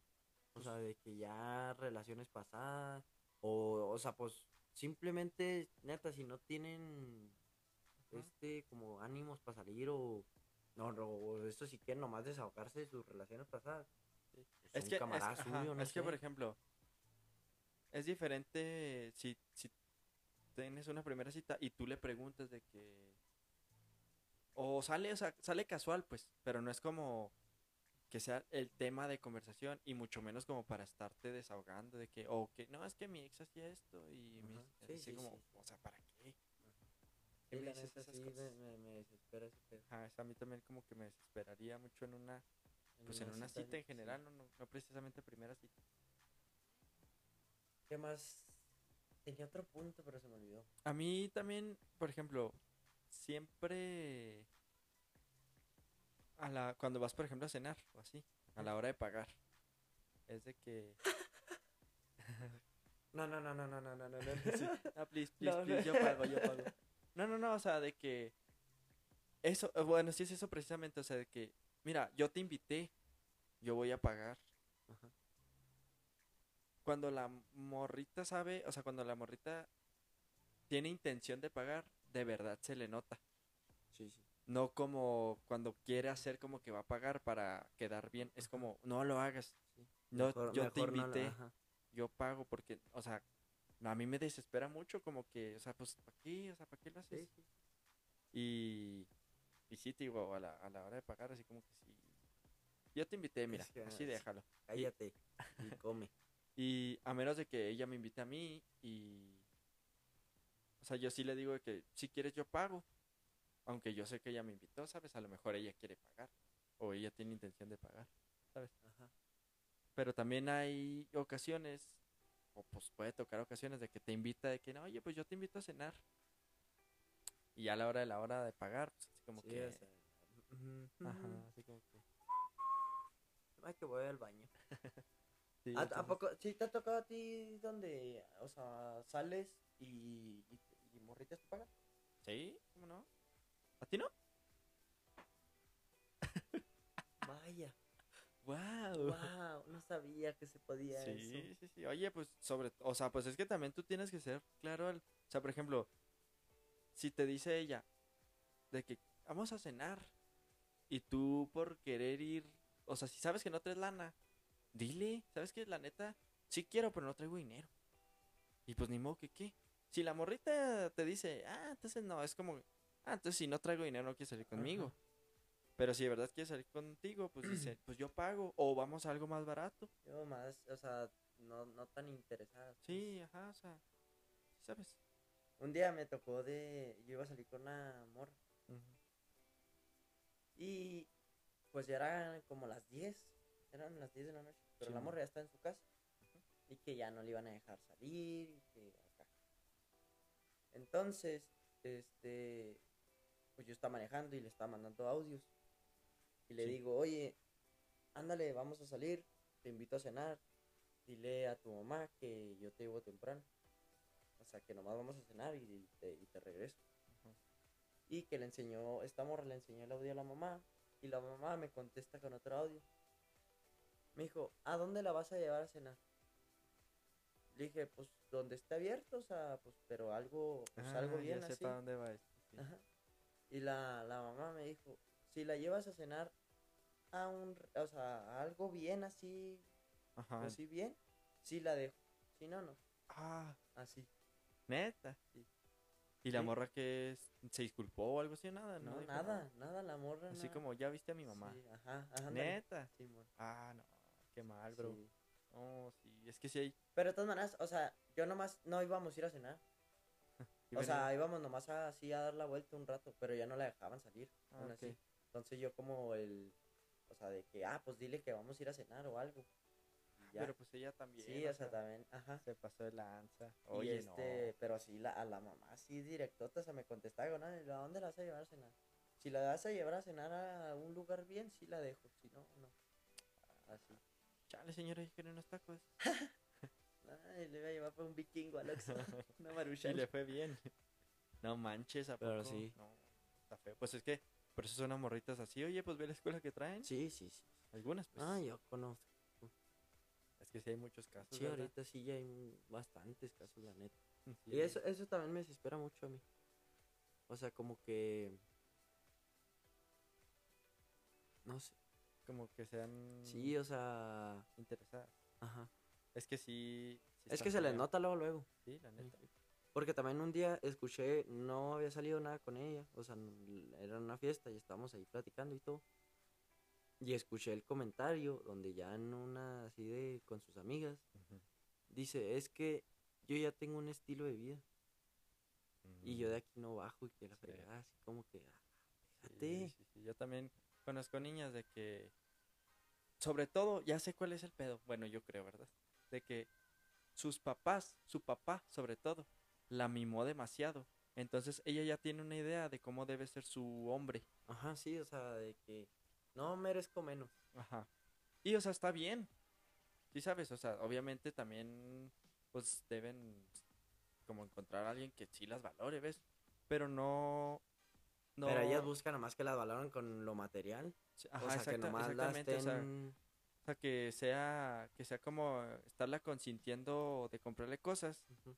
Pues O sea, de que ya relaciones pasadas, o, o sea, pues simplemente, neta, si no tienen este como ánimos para salir o, no, no, o esto si quieren nomás desahogarse de sus relaciones pasadas. Sí. pues, es un que, es, camarada ajá, suyo, no es que, por sé. ejemplo, es diferente si, si tienes una primera cita y tú le preguntas de que... O sale, o sea, sale casual, pues, pero no es como que sea el tema de conversación y mucho menos como para estarte desahogando de que, o que, no, es que mi ex hacía esto y mi Ajá, ex-" sí, así sí, como, sí. o sea, ¿para qué? Sí, ¿Qué me la dices neta, esas sí, cosas? me, me- me desespera ese pedo. Ajá, eso a mí también como que me desesperaría mucho en una, pues en una cita en sí. general, no, no, no precisamente primera cita. ¿Qué más? Tenía otro punto, pero se me olvidó. A mí también, por ejemplo, siempre a la cuando vas, por ejemplo, a cenar o así, a la hora de pagar, es de que No, no, no, no, no, no, no, no. no. Sí, "Ah, please, please, No, please, no. yo pago, yo pago. No, no, no, o sea, de que eso, eh, bueno, sí es eso precisamente, o sea, de que mira, yo te invité, yo voy a pagar. Ajá. Cuando la morrita sabe, o sea, cuando la morrita tiene intención de pagar, de verdad se le nota. Sí, sí. No como cuando quiere hacer como que va a pagar para quedar bien. Es como, no lo hagas. Sí. No, Mejor- yo te mejor no la- invité, ajá. yo pago porque, o sea, a mí me desespera mucho como que, o sea, pues, ¿para qué? O sea, ¿para qué lo haces? Y, y sí, te digo, a la, a la hora de pagar, así como que sí. Yo te invité, mira, que, así es- déjalo. Cállate y come. Y a menos de que ella me invite a mí y... O sea, yo sí le digo de que si quieres yo pago. Aunque yo sé que ella me invitó, ¿sabes? A lo mejor ella quiere pagar. O ella tiene intención de pagar. Ajá. Pero también hay ocasiones, o pues puede tocar ocasiones de que te invita de que, no, oye, pues yo te invito a cenar. Y ya a la hora de la hora de pagar, pues así como Sí, que... o sea, ujú, Ajá, ujú. así como que... Ay, que voy al baño. sí, ¿A, a entonces- poco? Sí, te ha tocado a ti donde, o sea, sales y, y morritas te pagan. ¿Sí? ¿Cómo no? ¿A ti no? Vaya, ¡Wow! wow, no sabía que se podía Sí, eso. sí, sí. Oye, pues sobre, o sea, pues es que también tú tienes que ser claro al, o sea, por ejemplo, si te dice ella de que vamos a cenar y tú por querer ir, o sea, si sabes que no traes lana, dile, sabes que la neta sí quiero, pero no traigo dinero. Y pues ni modo que qué. Si la morrita te dice, "Ah, entonces no", es como, "Ah, entonces si no traigo dinero no quieres salir conmigo." Ajá. Pero si de verdad quieres salir contigo, pues dice, "Pues yo pago o vamos a algo más barato." Yo más, o sea, no, no tan interesada. pues. Sí, ajá, o sea, sí ¿sabes? Un día me tocó de. Yo iba a salir con una morra. Y pues ya eran como las 10. Eran las 10 de la noche. Pero la Simón. morra ya está en su casa. Y que ya no le iban a dejar salir. Y que acá. Entonces, este. Pues yo estaba manejando y le estaba mandando audios. Y le Sí. digo, oye, ándale, vamos a salir. Te invito a cenar. Dile a tu mamá que yo te llevo temprano. O sea, que nomás vamos a cenar y te, y te regreso. Ajá. Y que le enseñó, esta morra le enseñó el audio a la mamá. Y la mamá me contesta con otro audio. Me dijo, ¿a dónde la vas a llevar a cenar? Le dije, pues donde esté abierto, o sea, pues pero algo, pues, algo bien Ah, ya así. sé para dónde va esto. sí. Ajá. Y la, la mamá me dijo, si la llevas a cenar a un, r- o sea, a algo bien así, Ajá. así bien, sí la dejo. Si no, no, Ah, así. neta. Sí. Y la Sí. morra que es- se disculpó o algo así, nada, Ah, ¿no? No, Dijo nada, nada, la morra. Así nada. como ya viste a mi mamá. Sí, ajá, ajá, ándale. neta. Sí, mor- Ah, no, qué mal, bro. sí. No, sí, es que sí hay. Pero de todas maneras, o sea, yo nomás no íbamos a ir a cenar. sí O ven- sea, íbamos nomás a- así a dar la vuelta un rato, pero ya no la dejaban salir. Ah, aún ok. así. Entonces yo como el, o sea, de que, ah, pues dile que vamos a ir a cenar o algo. Y ya. Pero pues ella también. sí, o sea, también, ajá. Se pasó de lanza. Y Oye, este, pero sí, la, a la mamá, sí, directota, o sea, me contestaba, digo, "Nada, ¿a dónde la vas a llevar a cenar? Si la vas a llevar a cenar a un lugar bien, sí la dejo, si no, no. Así. no. Chale, señora, yo quería unos tacos. Ay, le voy a llevar para un vikingo al Oxxo, una Y maruchan. le fue bien. No manches, ¿a Pero poco? sí. No, está feo. Pues es que por eso son morritas así. Oye, pues ve la escuela que traen. Sí, sí, sí. Algunas, pues. Ah, yo conozco. Es que sí hay muchos casos. Sí, ¿verdad? ahorita sí ya hay bastantes casos, la neta. Sí, Y eso, eso también me desespera mucho a mí. O sea, como que... No sé. Como que sean Sí, o sea... interesadas. Mm. Ajá. Es que sí. sí Es está que se les feo. nota luego, luego. Sí, la neta. Porque también un día escuché, no había salido nada con ella, o sea, n- era una fiesta y estábamos ahí platicando y todo. Y escuché el comentario donde ya en una así de con sus amigas Ujú. dice, "Es que yo ya tengo un estilo de vida y yo de aquí no bajo y que la Sí. fregada", así como que ah, Sí, fíjate. sí, sí. Yo también conozco niñas de que. Sobre todo, ya sé cuál es el pedo. Bueno, yo creo, ¿verdad? De que sus papás, su papá, sobre todo, la mimó demasiado. Entonces ella ya tiene una idea de cómo debe ser su hombre. Ajá, sí, o sea, de que no merezco menos. Ajá. Y, o sea, está bien. Sí, sabes, o sea, obviamente también, pues, deben como encontrar a alguien que sí las valore, ¿ves? Pero no... no... Pero ellas buscan nomás que las valoran con lo material, Ajá, o sea, exacta- que nomás las exactamente, o sea, estén- o sea, que sea, que sea como estarla consintiendo de comprarle cosas, Ujú.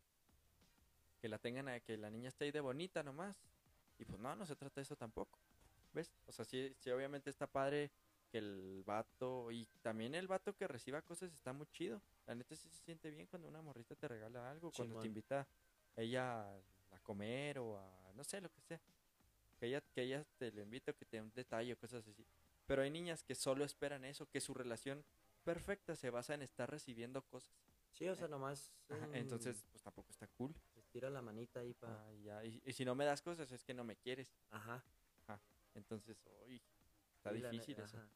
que la tengan a que la niña esté ahí de bonita nomás. Y pues no, no se trata de eso tampoco. ¿Ves? O sea, sí, sí obviamente está padre que el vato y también el vato que reciba cosas está muy chido. La neta sí se siente bien cuando una morrita te regala algo, cuando Simón. te invita ella a comer o a no sé, lo que sea. Que ella, que ella te lo invita, o que te dé un detalle, cosas así. Pero hay niñas que solo esperan eso, que su relación perfecta se basa en estar recibiendo cosas. Sí, o sea, nomás Ajá, mm, Entonces, pues tampoco está cool. Estira la manita ahí para. Ah, ya, Y, y si no me das cosas es que no me quieres. Ajá. Entonces, uy, está sí, la ne- difícil eso. ajá.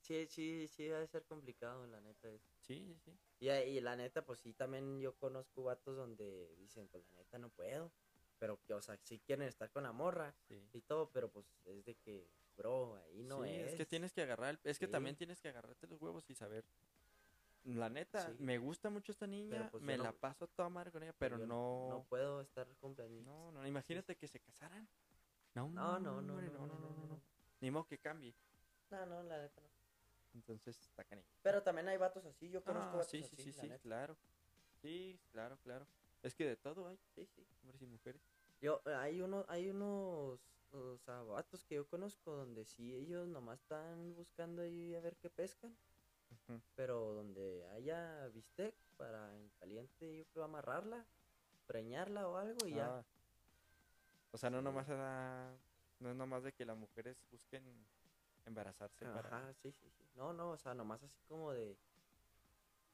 Sí, sí, sí, ha de ser complicado, la neta. eso. Sí, sí, sí. Y, y la neta, pues sí, también yo conozco vatos donde dicen, pues la neta no puedo. Pero, que, o sea, sí quieren estar con la morra sí. y todo, pero pues es de que, bro, ahí no Sí, es. que tienes que agarrar, el- es que Sí. también tienes que agarrarte los huevos y saber La neta, Sí. me gusta mucho esta niña, pues yo me no- la paso a toda madre con ella, pero yo no. No puedo estar cumpleaños. No, no, imagínate que se casaran. No, No, no, no, hombre, no, no, no, no, no. Ni modo que cambie. No, no, la neta no. Entonces está canijo. Pero también hay vatos así, yo conozco Ah, vatos sí, así, sí, sí, la sí, neta. claro. Sí, claro, claro. Es que de todo hay, Sí, sí. hombres y mujeres. Yo, hay uno, hay unos, o sea, vatos que yo conozco donde sí ellos nomás están buscando ahí a ver qué pescan, Ujú. pero donde haya bistec para en caliente yo creo amarrarla, preñarla o algo y ya. Ah. O sea, no nomás era- no es nomás de que las mujeres busquen embarazarse para- Ajá, sí, sí, sí. No, no, o sea, nomás así como de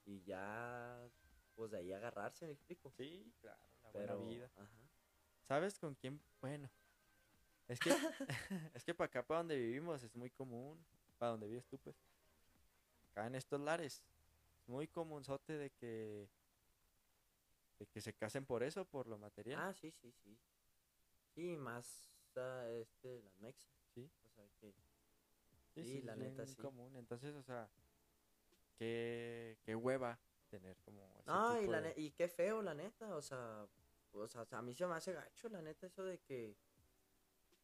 y ya pues de ahí agarrarse, me explico. Sí, claro, la buena Pero vida. ajá. ¿Sabes con quién? Bueno. Es que es que para acá para donde vivimos es muy común, para donde vives tú pues. Acá en estos lares es muy comúnzote de que de que se casen por eso, por lo material. Ah, sí, sí, sí. Sí, más ah, este las mexas. Sí. O sea, que sí, la neta, es muy sí. común, entonces, o sea, qué qué hueva tener como ese No, y, tipo la de- ne- y qué feo, la neta, o sea, o sea, a mí se me hace gacho, la neta, eso de que...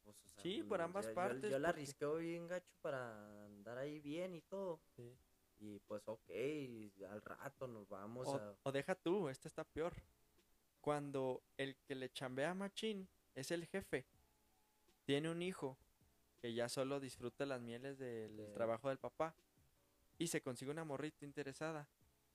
pues, o sea, Sí, mm, por ambas yo- yo- Yo, partes, la porque- risqueo bien gacho para andar ahí bien y todo. Sí. Y pues, ok, al rato nos vamos O, a... o deja tú, esta está peor. Cuando el que le chambea a Machín es el jefe, tiene un hijo que ya solo disfruta las mieles del Del- trabajo del papá y se consigue una morrita interesada.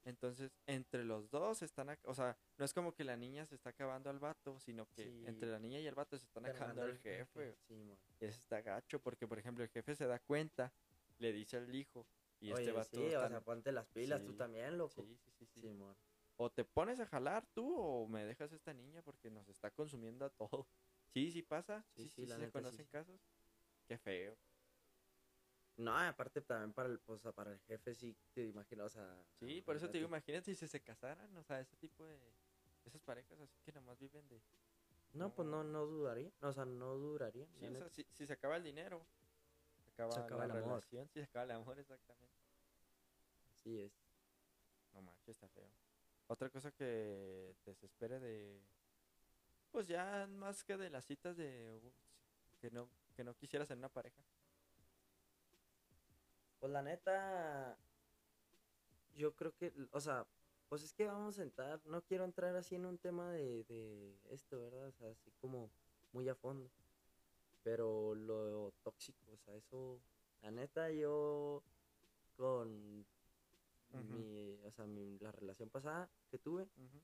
Entonces, entre los dos están, ac- o sea, no es como que la niña se está acabando al vato, sino que Sí. entre la niña y el vato se están acabando al al jefe. Sí, mon. Y eso está gacho, porque por ejemplo, el jefe se da cuenta, le dice al hijo y este Oye, vato sí, o está- sea, ponte las pilas tú Sí. también, loco. Sí, sí, sí, sí. Sí, mon. O te pones a jalar tú o me dejas a esta niña porque nos está consumiendo a todo. Sí, sí pasa. Sí, Sí, sí, sí, la se neta, sí, conocen sí. casos. Qué feo. No, aparte también para el, pues, para el jefe sí, te imagino, o sea... Sí, no, por eso te digo, imagínate. imagínate si se casaran, o sea, ese tipo de... Esas parejas así que nomás viven de... No, pues no, no dudaría, o sea, no duraría. Sí, la o sea, neta. si, si se acaba el dinero, se acaba, acaba la el amor. relación, si se acaba el amor, exactamente. Así es. No manches, está feo. Otra cosa que te desespera de... Pues ya más que de las citas de... uh, Que no, que no quisieras en una pareja. Pues la neta, yo creo que, o sea, pues es que vamos a entrar, no quiero entrar así en un tema de, de esto, ¿verdad? O sea, así como muy a fondo. Pero lo tóxico, o sea, eso, la neta, yo con Ujú. mi, o sea, mi- la relación pasada que tuve, Ujú.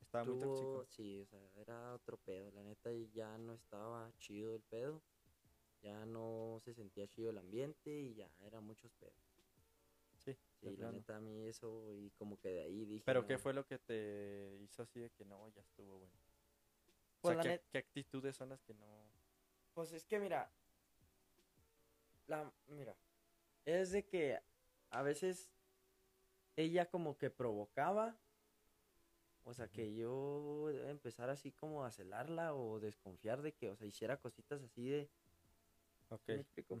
Estaba muy tuvo- tóxico. Sí, o sea, era otro pedo. La neta y ya no estaba chido el pedo. Ya no se sentía chido el ambiente y ya eran muchos pedos. Sí, Sí, de la plano. neta a mí eso y como que de ahí dije. Pero "No". ¿qué fue lo que te hizo así de que no, ya estuvo bueno? Pues o la sea, ¿qué, net- qué actitudes son las que no... Pues es que mira, la, mira, es de que a veces ella como que provocaba, o sea, que yo empezara así como a celarla o desconfiar de que, o sea, hiciera cositas así de, Ok. ¿Sí me explico?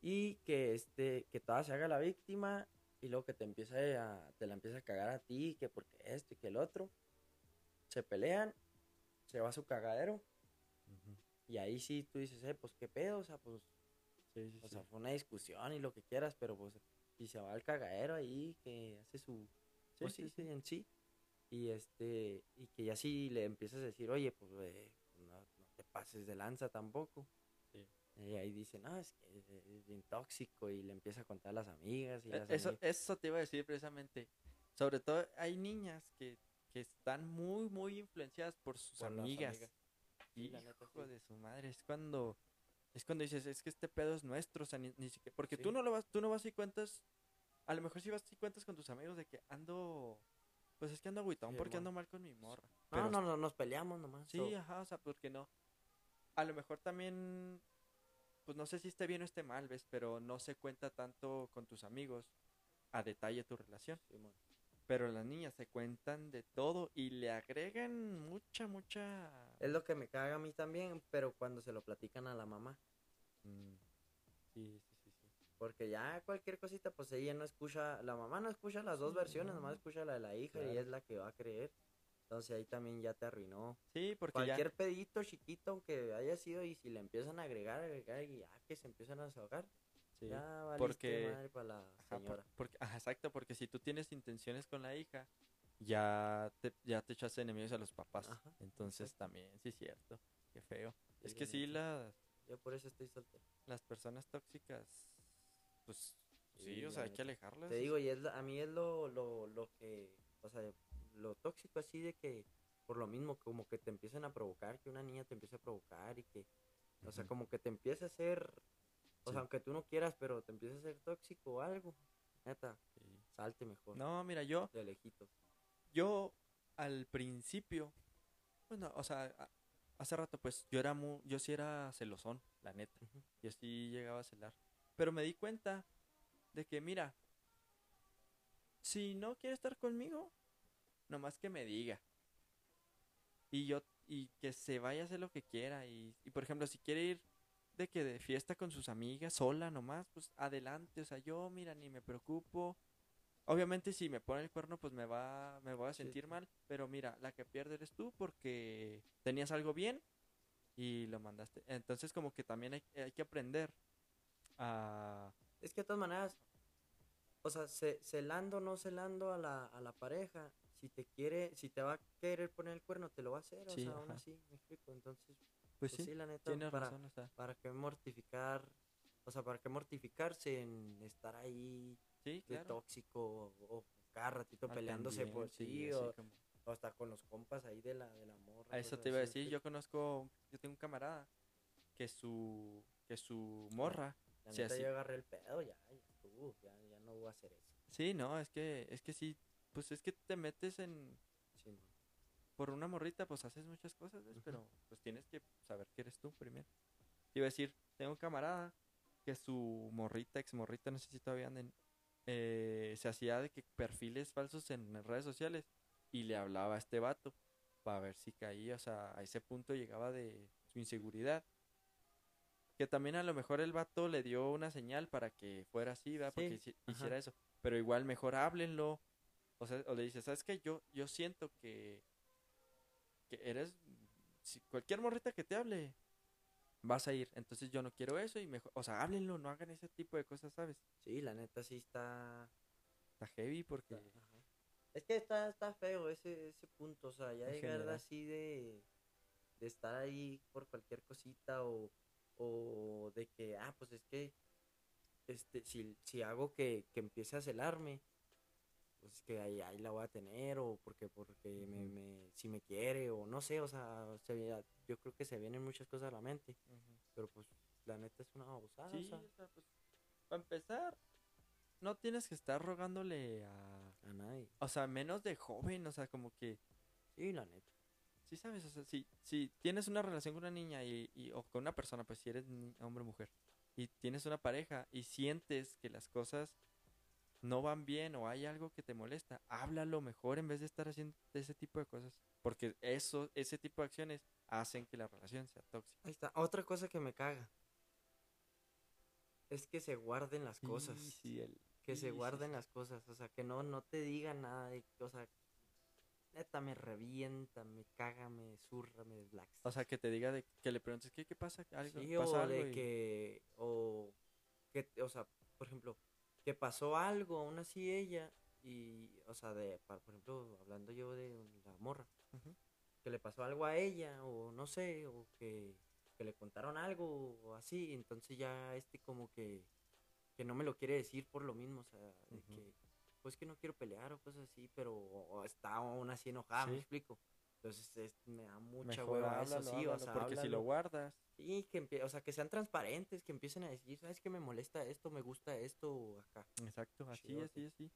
Y que este, que toda se haga la víctima y luego que te empieza a, te la empieza a cagar a ti, que porque esto y que el otro. Se pelean, se va a su cagadero y ahí sí tú dices, eh, pues qué pedo, o sea, pues, Sí, sí, o sí. sea, fue una discusión y lo que quieras, pero pues, si se va al cagadero ahí, que hace su, Sí, pues, sí, sí, sí, en sí. Y este, y que ya si le empiezas a decir, oye, pues eh, no, no te pases de lanza tampoco. Sí. Y ahí dice, no, es que es, es bien tóxico y le empieza a contar a las amigas y Eh, las Eso, amigas. eso te iba a decir precisamente. Sobre todo hay niñas que, que están muy, muy influenciadas por sus Por las amigas. amigas. Sí, la neta, Hijo sí. de su madre, es cuando... Es cuando dices, es que este pedo es nuestro, o sea, ni, ni siquiera... Porque tú Sí. no lo vas, tú no vas y cuentas... A lo mejor sí vas y cuentas con tus amigos de que ando... Pues es que ando agüitón Sí, porque hermano. ando mal con mi morra. No, Pero no, no, nos peleamos nomás. Sí, o- ajá, o sea, porque no. A lo mejor también, pues no sé si esté bien o esté mal, ¿ves? Pero no se cuenta tanto con tus amigos a detalle tu relación. Simón. Pero las niñas se cuentan de todo y le agregan mucha, mucha... Es lo que me caga a mí también, pero cuando se lo platican a la mamá. Mm, Sí, sí, sí, sí. Porque ya cualquier cosita, pues ella no escucha, la mamá no escucha las dos versiones, nomás escucha la de la hija y Claro. es la que va a creer. Entonces ahí también ya te arruinó. Sí, porque Cualquier pedito chiquito, aunque haya sido, y si le empiezan a agregar, agregar, y ya que se empiezan a desahogar, ya. sí. ya valiste porque- madre para la Ajá, por- señora. porque, ajá, exacto, porque si tú tienes intenciones con la hija, ya te, ya te echaste enemigos a los papás. Ajá, Entonces también, sí, es cierto. Qué feo. Sí, es que la sí, neta. las, Yo por eso estoy soltero. las personas tóxicas, pues sí, Sí, o la sea, hay que neta. alejarlas. Te digo, y es la- a mí es lo, lo, lo que, o sea, lo tóxico así de que, por lo mismo, como que te empiezan a provocar, que una niña te empieza a provocar y que, o sea, Ujú. como que te empieza a hacer, o Sí. sea, aunque tú no quieras, pero te empieza a ser tóxico o algo, neta, Sí. salte mejor, No, mira, yo, de lejitos. yo al principio, bueno, o sea, a- hace rato pues yo era mu- yo sí era celosón, la neta. Ujú. Yo sí llegaba a celar. Pero me di cuenta de que, mira, si no quiere estar conmigo, nomás que me diga. Y yo, y que se vaya a hacer lo que quiera. Y, y, por ejemplo, si quiere ir de que de fiesta con sus amigas, sola nomás, pues adelante. O sea, yo, mira, ni me preocupo. Obviamente, si me pone el cuerno, pues me va, me voy a Sí, sentir sí. mal. Pero mira, la que pierde eres tú porque tenías algo bien y lo mandaste. Entonces, como que también hay, hay que aprender a. Es que de todas maneras, o sea, ce- celando o no celando a la, a la pareja, si te quiere, si te va a querer poner el cuerno, te lo va a hacer, o Sí, sea, aún ajá. así, me explico, entonces, Pues pues sí, sí, la neta, tienes para, razón, o sea, ¿Para qué mortificar? O sea, ¿para qué mortificarse en estar ahí Sí, de claro. tóxico o, o cada ratito Al peleándose por pendiente y sí así o, como- o hasta con los compas ahí de la, de la morra? A eso cosas te iba a así, decir, yo porque conozco, yo tengo un camarada que su que su morra, La sí, neta así. yo agarré el pedo, ya, ya estuvo, ya, ya no voy a hacer eso. sí, no, es que es que sí, pues es que te metes en Sí, no. por una morrita, pues haces muchas cosas, ¿ves? Ujú. pero pues tienes que saber que eres tú primero. Te iba a decir, tengo un camarada que su morrita, ex morrita, no sé si todavía anden, eh, se hacía de que perfiles falsos en redes sociales y le hablaba a este vato para ver si caía, o sea, a ese punto llegaba de su inseguridad. Que también a lo mejor el vato le dio una señal para que fuera así, ¿verdad? Porque Sí, hici- ajá. hiciera eso. Pero igual mejor háblenlo. O sea, o le dices, ¿sabes qué? Yo, yo siento que, que eres... Si cualquier morrita que te hable, vas a ir. Entonces yo no quiero eso y mejor... O sea, háblenlo, no hagan ese tipo de cosas, ¿sabes? Sí, la neta sí está... Está heavy porque... está- ajá. Es que está, está feo ese, ese punto, o sea, ya En llegar general. así de, de estar ahí por cualquier cosita o, o de que, ah, pues es que este, si, si hago que, que empiece a celarme, pues es que ahí, ahí la voy a tener o porque, porque me, Ujú. me- si me quiere o no sé, o sea, se ve- yo creo que se vienen muchas cosas a la mente, pero pues la neta es una babosada, o Sí, sea, o sea, pues, para empezar, no tienes que estar rogándole a... a nadie. O sea, menos de joven, o sea, como que... Sí, la neta. Sí, sabes, o sea, si, si tienes una relación con una niña y, y- o con una persona, pues si eres ni- hombre o mujer, y tienes una pareja y sientes que las cosas no van bien o hay algo que te molesta, háblalo mejor en vez de estar haciendo ese tipo de cosas. Porque eso, ese tipo de acciones hacen que la relación sea tóxica. Ahí está. Otra cosa que me caga. Es que se guarden las cosas. Sí, sí, el- que sí, se sí, guarden sí. las cosas. O sea, que no, no te digan nada de. O sea, neta me revienta, me caga, me zurra, me deslaxa. O sea, que te diga de, que le preguntes, ¿qué, qué pasa? ¿Algo, Sí, pasa o algo de y- que. O. Que, o sea, por ejemplo, que pasó algo, aún así ella. Y. O sea, de. pa- Por ejemplo, hablando yo de la morra. Ujú. Que le pasó algo a ella, o no sé, o que. Que le contaron algo, o así. Entonces ya este, como que. Que no me lo quiere decir por lo mismo, o sea, de Ujú. que. Pues que no quiero pelear o cosas así, pero o- o está aún así enojada, me Sí. explico. Entonces es- me da mucha Mejor hueva háblalo, eso, sí, o háblalo, sea, porque si háblalo. lo guardas, Sí, que empie- o sea, que sean transparentes, que empiecen a decir, ¿sabes qué me molesta esto, me gusta esto o acá? Exacto, así, Chidote. así, así.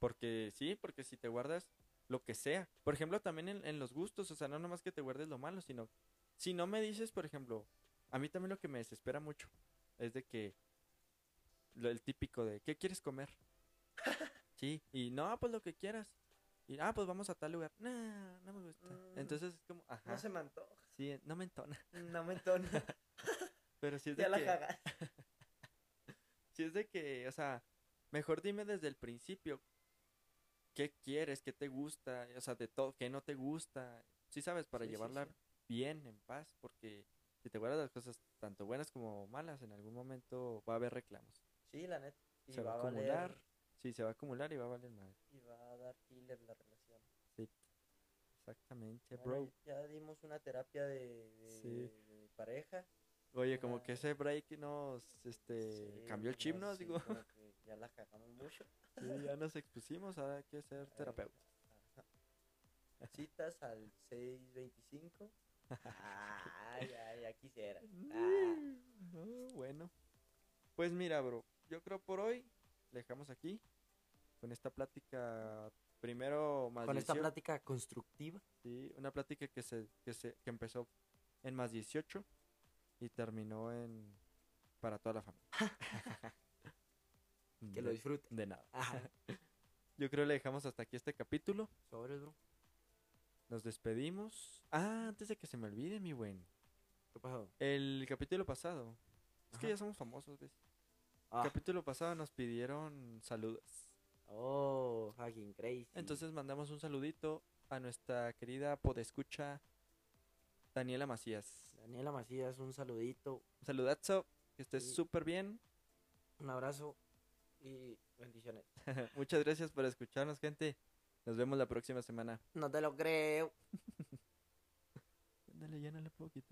Porque sí, porque si te guardas lo que sea. Por ejemplo, también en, en los gustos, o sea, no nomás que te guardes lo malo, sino si no me dices, por ejemplo, a mí también lo que me desespera mucho es de que lo, el típico de ¿qué quieres comer? sí, y no, pues lo que quieras. Y ah, pues vamos a tal lugar. Nah, no me gusta. Mm, Entonces es como, ajá. me antoja, Sí, no me entona. no me entona, Pero sí es de que- cagaste. Sí, Si es de que, o sea, mejor dime desde el principio qué quieres, qué te gusta, o sea, de todo, qué no te gusta. Sí, sabes, para Sí, sí, llevarla sí. bien, en paz, porque si te guardas las cosas tanto buenas como malas, en algún momento va a haber reclamos. Sí, la neta. Y Se va va a a valer- acumular. Sí, se va a acumular y va a valer madre. y va a dar killer la relación. Exactamente, Bueno, bro. ya dimos una terapia de, de- Sí. de pareja. Oye, como que ya- ese break nos este Sí, cambió el chip, ¿no? nos- sí, Digo, como que ya la cagamos mucho. sí, ya nos expusimos, ahora hay que ser terapeuta. Citas al 625. Ay, ay, ya quisiera. Mm. Ah, No, bueno. Pues mira, bro, yo creo por hoy le dejamos aquí con esta plática primero más Con esta 18, plática constructiva. sí, una plática que se que se que empezó en más 18 y terminó en para toda la familia. Que lo De- disfruten. de nada. Ajá. Yo creo le dejamos hasta aquí este capítulo. Sobres, bro. Nos despedimos. Ah, antes de que se me olvide, mi buen. ¿Qué pasó? El capítulo pasado. Es que Ajá. ya somos famosos, ¿ves? Ah. Capítulo pasado nos pidieron saludos. Oh, fucking crazy. Entonces mandamos un saludito a nuestra querida podescucha Daniela Macías. Daniela Macías, un saludito, Un saludazo, que estés Sí. súper bien. un abrazo. y bendiciones. Muchas gracias por escucharnos, gente. Nos vemos la próxima semana. No te lo creo. Dale, ya no le puedo quitar.